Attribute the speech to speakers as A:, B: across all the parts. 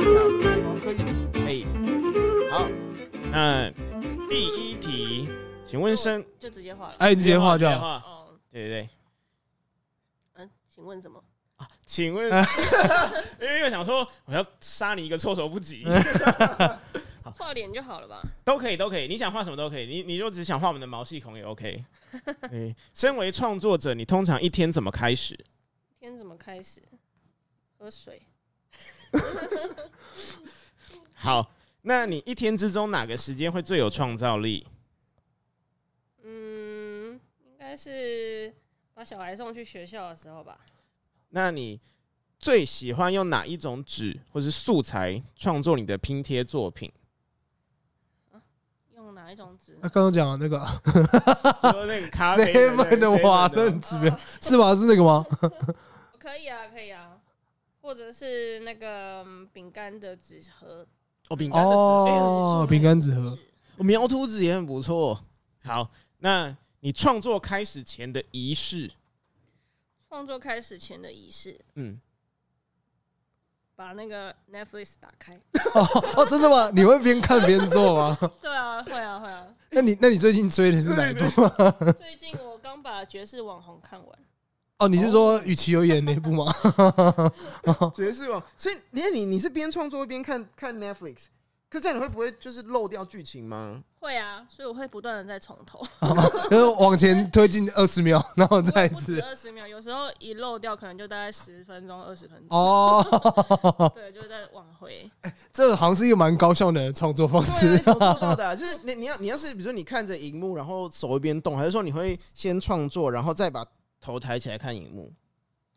A: 哎，好，那第一题，请问生，
B: 就直接画了。
C: 哎，你直接画就
A: 直接
C: 好。
A: 画
B: 哦，
A: 对对对。
B: 嗯、请问什么？
A: 啊请问，
C: 嗯
A: 因为我想说我要杀你一个措手不及，
C: 嗯
B: 画脸就好了吧？
A: 都可以，都可以，你想画什么都可以，你你就只想画我们的毛细孔 也 OK。对，身为创作者，你通常一天怎么开始？
B: 天怎么开始？喝水。
A: 好，那你一天之中哪个时间会最有创造力？
B: 嗯，应该是把小孩送去学校的时候吧。
A: 那你最喜欢用哪一种纸或是素材创作你的拼贴 作品？
B: 用哪一种纸呢
C: 他？刚刚讲的那个
A: 说那个咖啡
C: seven 的瓦
A: 论
C: 楞指标是吗？是那个吗？哎
B: 可以啊，可以啊。或者是那个嗯饼干的纸盒，
A: 哦，饼干的纸
C: 哦，饼干纸盒。
A: 哦，描图纸也很不错。好，那你创作开始前的仪式，
B: 创作开始前的仪式，
A: 嗯，
B: 把那个 Netflix 打开。
C: 哦，真的吗？你会边看边做吗？
B: 对啊，会啊，会啊。
C: 那你那你最近追的是哪一部？
B: 最近我刚把《绝世网红》看完，
C: 哦，你是说与其有演那部吗？
D: 爵士网，所以你看你你是边创作边看看 Netflix，可这样你会不会就是漏掉剧情吗？
B: 会啊，所以我会不断的在从头。
C: 就是往前推进二十秒，然后
B: 我
C: 再
B: 也
C: 一
B: 不止
C: 次。
B: 二十秒，有时候一漏掉，可能就大概十分钟、二十分钟。
C: 哦，
B: 对，就在往回。
C: 这个好像是一个蛮高效的创作方
D: 对啊，你
C: 式。
D: 怎么做到的啊、就是你你要你要是比如说你看着荧幕，然后手一边动，还是说你会先创作，然后再把头抬起来看荧幕？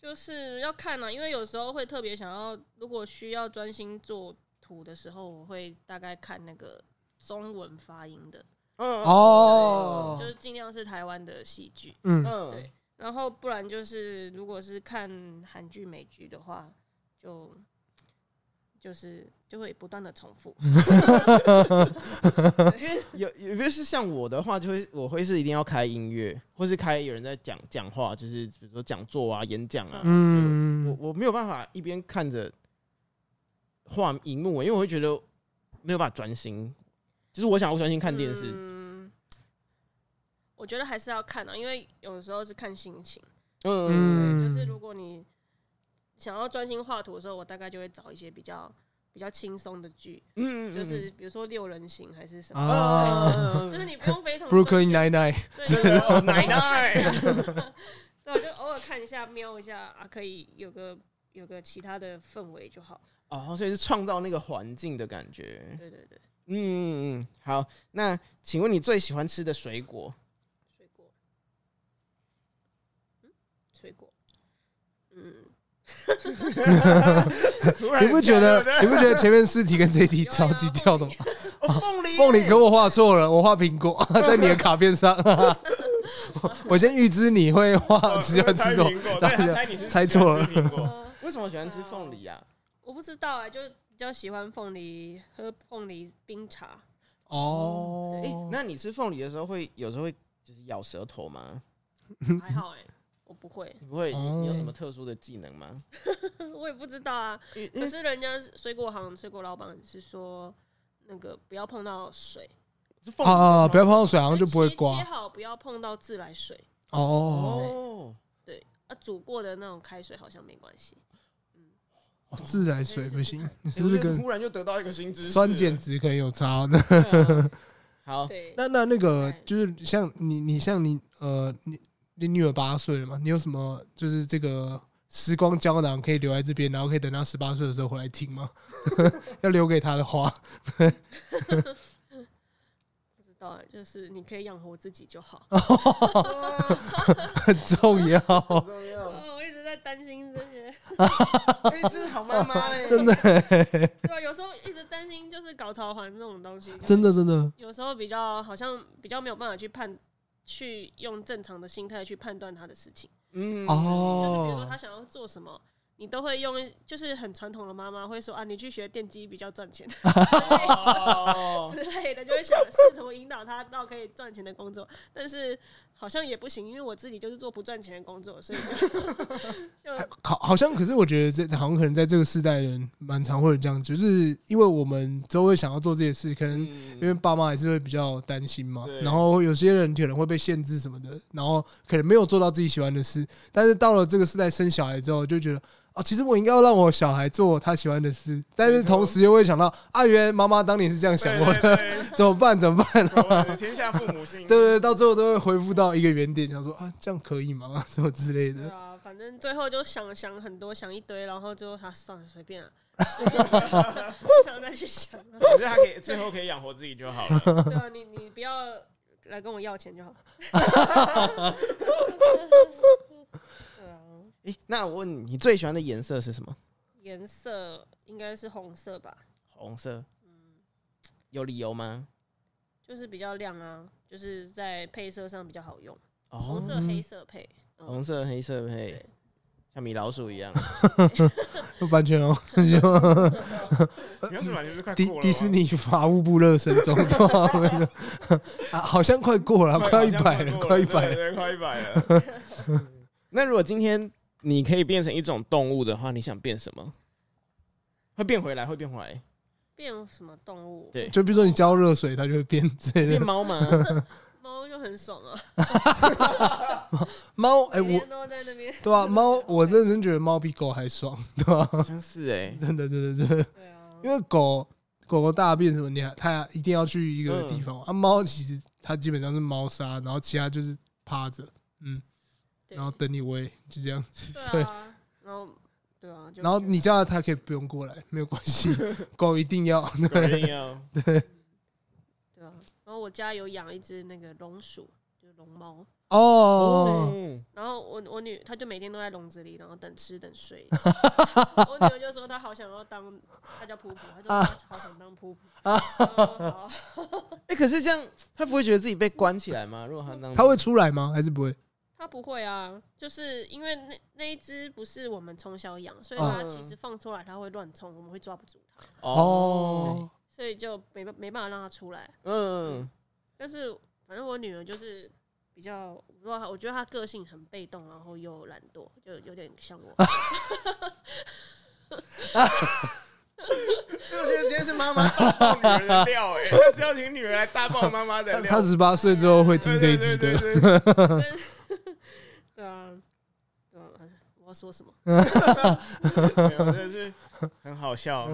B: 就是要看啊了、因为有时候会特别想要，如果需要专心做图的时候，我会大概看那个中文发音的，
D: 嗯
C: 哦
B: 就是尽量是台湾的戏剧，
C: 嗯，
D: 嗯
B: 对，然后不然就是如果是看韩剧、美剧的话，就就是就会不断的重复。
D: 因为 有有，比如是像我的话，就会我会是一定要开音乐，或是开有人在讲讲话，就是比如说讲座啊、演讲啊，嗯，
C: 嗯，
D: 我我没有办法一边看着画荧幕，欸因为我会觉得没有办法专心，就是我想要专心看电视，
B: 嗯，我觉得还是要看啊，因为有时候是看心情。
D: 嗯，
C: 嗯
B: 对，就是如果你想要专心画图的时候，我大概就会找一些比较比较轻松的剧，
D: 嗯哦嗯
B: 就是比如说六人行还是什么，
C: 啊
B: 就是你不用非常
C: ，Brooklyn 哦 Nine
B: 专
C: Nine，
B: 心对，就是偶尔
A: 奶奶，
B: 对，就偶尔看一下瞄一下啊，可以有个有个其他的氛围就好。
D: 哦，所以是创造那个环境的感觉，
B: 对对对，
D: 嗯嗯嗯，好，那请问你最喜欢吃的水果？
B: 水果，嗯，水果，嗯，
C: 你
A: 你
C: 不觉得啊你不觉得前面四题跟这一题
B: 啊
C: 超 级跳的吗？
D: 哦，凤梨，
C: 凤梨，可我画错了，我画苹果，在你的卡片上。我我先预知你会
A: 哦
C: 画，喜欢吃什么？
A: 对，他猜你是
C: 猜错了
A: 喜欢吃苹 果
B: 呃
D: 为什么喜欢吃凤梨啊？
B: 我不知道啊，就比较喜欢凤梨，喝凤梨冰茶。
C: 哦
D: 哎、那你吃凤梨的时候会有时候会就是咬舌头吗？
B: 还好哎、我不会，
D: 你不会，你你有
C: 哦
D: 什么特殊的技能吗？
B: 我也不知道啊。
D: 因为因
B: 可
C: 嗯
D: 为
B: 是人家水果行水果老板是说，那个不要碰到水，
D: 是凤梨
C: 啊，
D: 吗
C: 不要碰到水，好像就不会
B: 切切
C: 刮
B: 好不要碰到自来水
C: 哦。
D: 哦，
B: 啊，煮过的那种开水好像没关系。
C: 哦自来水不行，你
D: 诶
C: 是不是
D: 我觉得
C: 跟
D: 突然就得到一个新知识了？
C: 酸碱值可能有差哦？那
D: 对啊好，
B: 对，
C: 哦那那那个就是像你，你像你呃，你你女儿八岁了嘛？你有什么就是这个时光胶囊可以留在这边，然后可以等她十八岁的时候回来听吗？ 要留给她的话，
B: 不知道哎、就是你可以养活自己就好。
C: 哦
D: 哇
C: 很重要。
D: 很重要。
B: 嗯，我一直在担心这些。
D: 哎，真的好 妈妈 哎，
C: 真的
B: 对啊，有时候一直担心就是搞潮环这种东西，
C: 真的真的，
B: 有时候比较好像比较没有办法去判，去用正常的心态去判断他的事情。
D: 嗯
B: 就是比如说
C: 哦
B: 他，想要做什么，你都会用一，就是很传统的妈妈会说啊，你去学电机比较赚钱
D: 哦，
B: 之类的，就会想试图引导他到可以赚钱的工作，但是好像也不行，因为我自己就是做不赚钱的工作，所以就就
C: 哎好，好像可是我觉得这好像可能在这个世代的人蛮常会有这样，就是因为我们都会想要做这些事，可能
D: 嗯
C: 因为爸妈还是会比较担心嘛
D: 对，
C: 然后有些人可能会被限制什么的，然后可能没有做到自己喜欢的事，但是到了这个时代生小孩之后，就觉得啊，其实我应该要让我小孩做他喜欢的事，但是同时又会想到啊，原来妈妈当年是这样想我的，
D: 对
C: 怎么办？怎么办？
D: 对对对天下父母心，
C: 对对，到最后都会恢复到一个原点，想说啊，这样可以吗？什么之类
B: 对
C: 的。
B: 啊，反正最后就想想很多，想一堆，然后最后他、啊、算了，随便了、不想再去想 了。
D: 反正他可以最后可以养活自己就好了。
B: 对啊，你你不要来跟我要钱就好。 对啊，
D: 诶，那我问你，你最喜欢的颜色是什么？
B: 颜色应该是红色吧？
D: 红色，
B: 嗯，
D: 有理由吗？
B: 就是比较亮啊，就是在配色上比较好用，红
D: 哦，
B: 色黑色配。嗯
D: 红色、黑色配
B: 对，
D: 像米老鼠一 样。
C: 版权 哦，
D: 米老鼠完全是快哦
C: 迪迪士尼法务部热身 中，啊，好像快过了，快一百了，快一百了。
D: 了，快一百 了。那如果今天你可以变成一种动物的话，你想变什么？会变回来，会变回来，
B: 变什么动物？
D: 对
C: 就比如说你浇热水，它就会变之类
D: 变
C: 的。
D: 猫吗？
B: 猫就很爽啊，
C: 猫，哎、
B: 每
C: 我
B: 天都在那边。
C: 对吧、猫，我认真觉得猫比狗还爽，对吧、
D: 好像是哎，
C: 真的，真的，真的，
B: 对啊，
C: 因为狗狗狗大便什么，你还它一定要去一个地方、啊。猫其实它基本上是猫砂，然后其他就是趴着，嗯，
B: 对
C: 然后等你喂，就这样。
B: 对啊，然后对啊，就
C: 然后
B: 觉得
C: 你叫它，它可以不用过来，没有关系。狗一定要，
D: 肯定要。
B: 对啊，然后我家有养一只那个龙鼠，就是龙猫。
C: 哦，
B: 然后我我女她就每天都在笼子里，然后等吃等 睡。我女儿就说她好想要当，她叫噗噗，她说她好想当噗噗。 然后好
D: 哎，可是这样，他不会觉得自己被关起来吗？如果他那样，
C: 它会出来吗？还是不会？
B: 她不会啊，就是因为那那一只不是我们从小养，所以
C: 嗯
B: 它其实放出来它会乱冲，我们会抓不住它，
C: 哦，
B: 所以就没办没办法让它出来。
D: 嗯，
B: 但是反正我女儿就是比较，我不知道她，我觉得她个性很被动，然后又懒惰，就有点像我。
C: 啊
D: 因为我觉得今天是妈妈大爆女儿的料， 哎，他是要请女儿来大爆妈妈的
C: 它它十八岁之后会听这一集的。
D: 对对，
B: 对啊，对啊，我要说什么？
D: 没有真的是很好笑，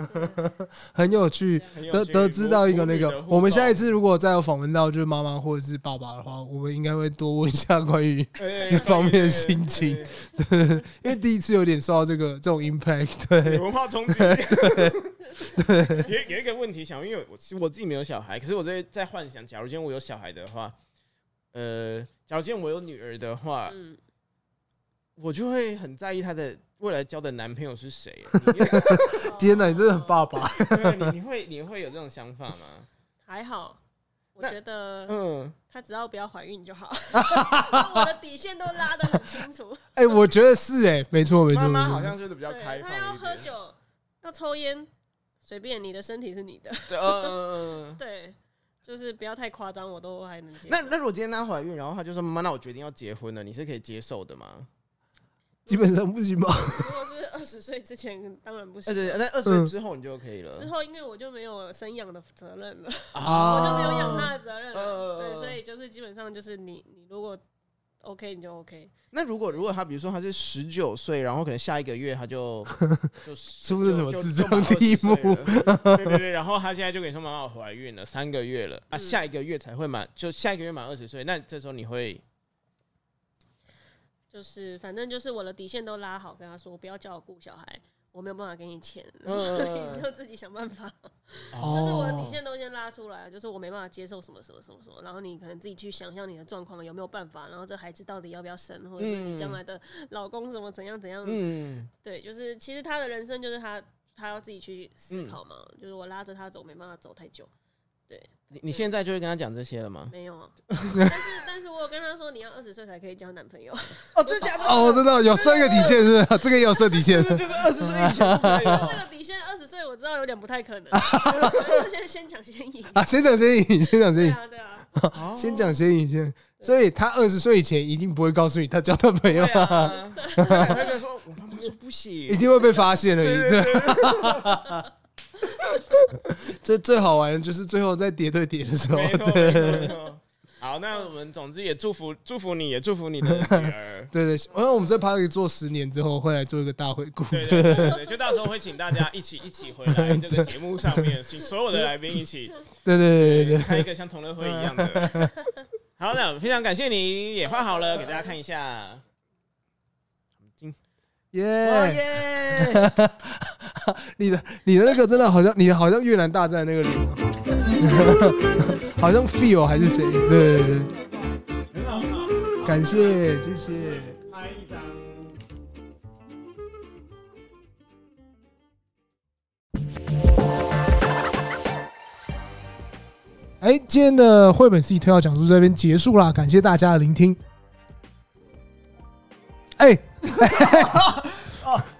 C: 很有趣，
D: 很有
C: 得
D: 趣
C: 得知到一个那
D: 母女的
C: 个。
D: 互动
C: 我们下一次如果再有访问到就是妈妈或者是爸爸的话，我们应该会多问一下关于，
D: 对
C: 这 方面的心情，因为第一次有点受到这个这种 impact，
D: 对对对对
C: 对，
D: 文化冲击。对，有有一个问题想，因为我其实我自己没有小孩，可是我在在幻想，假如今天我有小孩的话，呃，假如今天我有女儿的
C: 啊
D: 话，
B: 嗯，
D: 我就会很在意她的未来交的男朋友是谁。
C: 天哪，你真的
B: 哦
C: 很爸爸，
D: 你对你你会你会有这种想法吗？
B: 还好，我
D: 那
B: 觉得
D: 嗯，
B: 她只要不要怀孕 就好。我的底线都拉得很清楚。
C: 哎，我觉得是哎，没错没错
D: 妈
C: 没
D: 妈好
C: 错，
D: 像就是比较开
B: 对，
D: 放
B: 她要
D: 一
B: 喝
D: 点。
B: 酒，要抽烟，随便，你的身体是你的。
D: 对，嗯嗯嗯。嗯
B: 对，就是不要太夸张，我都还能接受。
D: 那那如果今天她怀孕，然后她就说：“妈妈，那我决定要结婚了，你是可以接受的吗
C: 基本上不行吧？
B: 如果是二十岁之前，当然不？”行
D: 而。且在二十呃岁之后你就可以了。
B: 嗯之后，因为我就没有生养的责任了，
C: 啊
B: 我就没有养他的责任了。
D: 呃
B: 对，所以就是基本上就是你，你如果 OK 你就 OK，
D: 那如果如果他比如说他是十九岁，然后可能下一个月他就就
C: 出
D: 出
C: 了什么智障题目
D: 对对对，然后他现在就跟你说妈妈我怀孕了三个月了啊，
B: 嗯
D: 下一个月才会满，就下一个月满二十岁，那这时候你会
B: 就是反正就是我的底线都拉好，跟他说不要叫我顾小孩，我没有办法给你钱，然后 你
A: 嗯，
B: 就自己想办法。
C: 哦
B: 就是我的底线都先拉出来，就是我没办法接受什么什么什么什么，然后你可能自己去想象你的状况有没有办法，然后这孩子到底要不要生，或者是你将来的老公怎么怎样怎样，
A: 嗯，
B: 对，就是其实他的人生就是他他要自己去思考嘛，就是我拉着他走没办法走太久，
A: 你你现在就会跟他讲这些了吗？
B: 没有啊，但是但是我有跟他说你要二十岁才可以交男朋友，
A: 哦，真的假的？
C: 哦，我知道有设一个底线，是不是？这个也有设底线。
A: 就是二十岁以前都没有
B: 这个底线二十岁我知道有点不太可能，就是先先抢先赢，
C: 啊，先讲先赢，先讲先
B: 对
C: 赢，
B: 啊对啊，
C: 先讲先赢先。所以他二十岁以前一定不会告诉你他交男朋友
A: 对，啊，他可能会说，我妈妈说不行
C: 一，定会被发现的。
A: 对对对，
C: 最最好玩的就是最后在叠对叠的时候，
A: 没错
C: 对
A: 没错没错。好，那我们总之也祝福祝福你，也祝福你的女儿。
C: 对对，因为我们这 party 做十年之后会来做一个大回顾。
A: 对对对对对，就到时候会请大家一起一起回来这个节目上面，请所有的来宾一起
C: 对对对对对，
A: 开一个像同乐会一样的。好，那非常感谢你，也画好了，给大家看一下。
C: 耶！
A: 耶！
C: 你的你的那个真的好像你的好像越南大战那个脸啊，哦 好像 feel 还是谁？对对对，
A: 很好很好，
C: 感谢谢谢。
A: 拍一张。
C: 哎，今天的绘本 C 特效讲述这边结束啦，感谢大家的聆听。哎，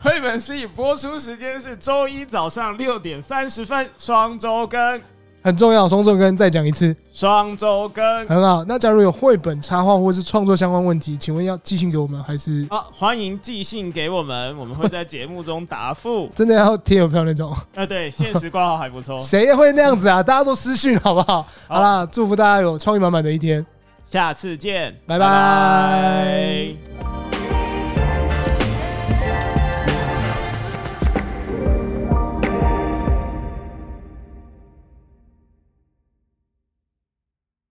A: 绘本 C 播出时间是周一早上六点三十分，双周更，
C: 很重要，双重跟再讲一次，
A: 双周更。
C: 很好。那假如有绘本插画或是创作相关问题，请问要寄信给我们，还是。
A: 好、欢迎寄信给我们，我们会在节目中答复
C: 真的要贴邮票那种？
A: 啊，对，限时挂号还不错，
C: 谁会那样子啊？大家都私讯好不好？好啦，祝福大家有创意满满的一天。
A: 下次见，
C: 拜拜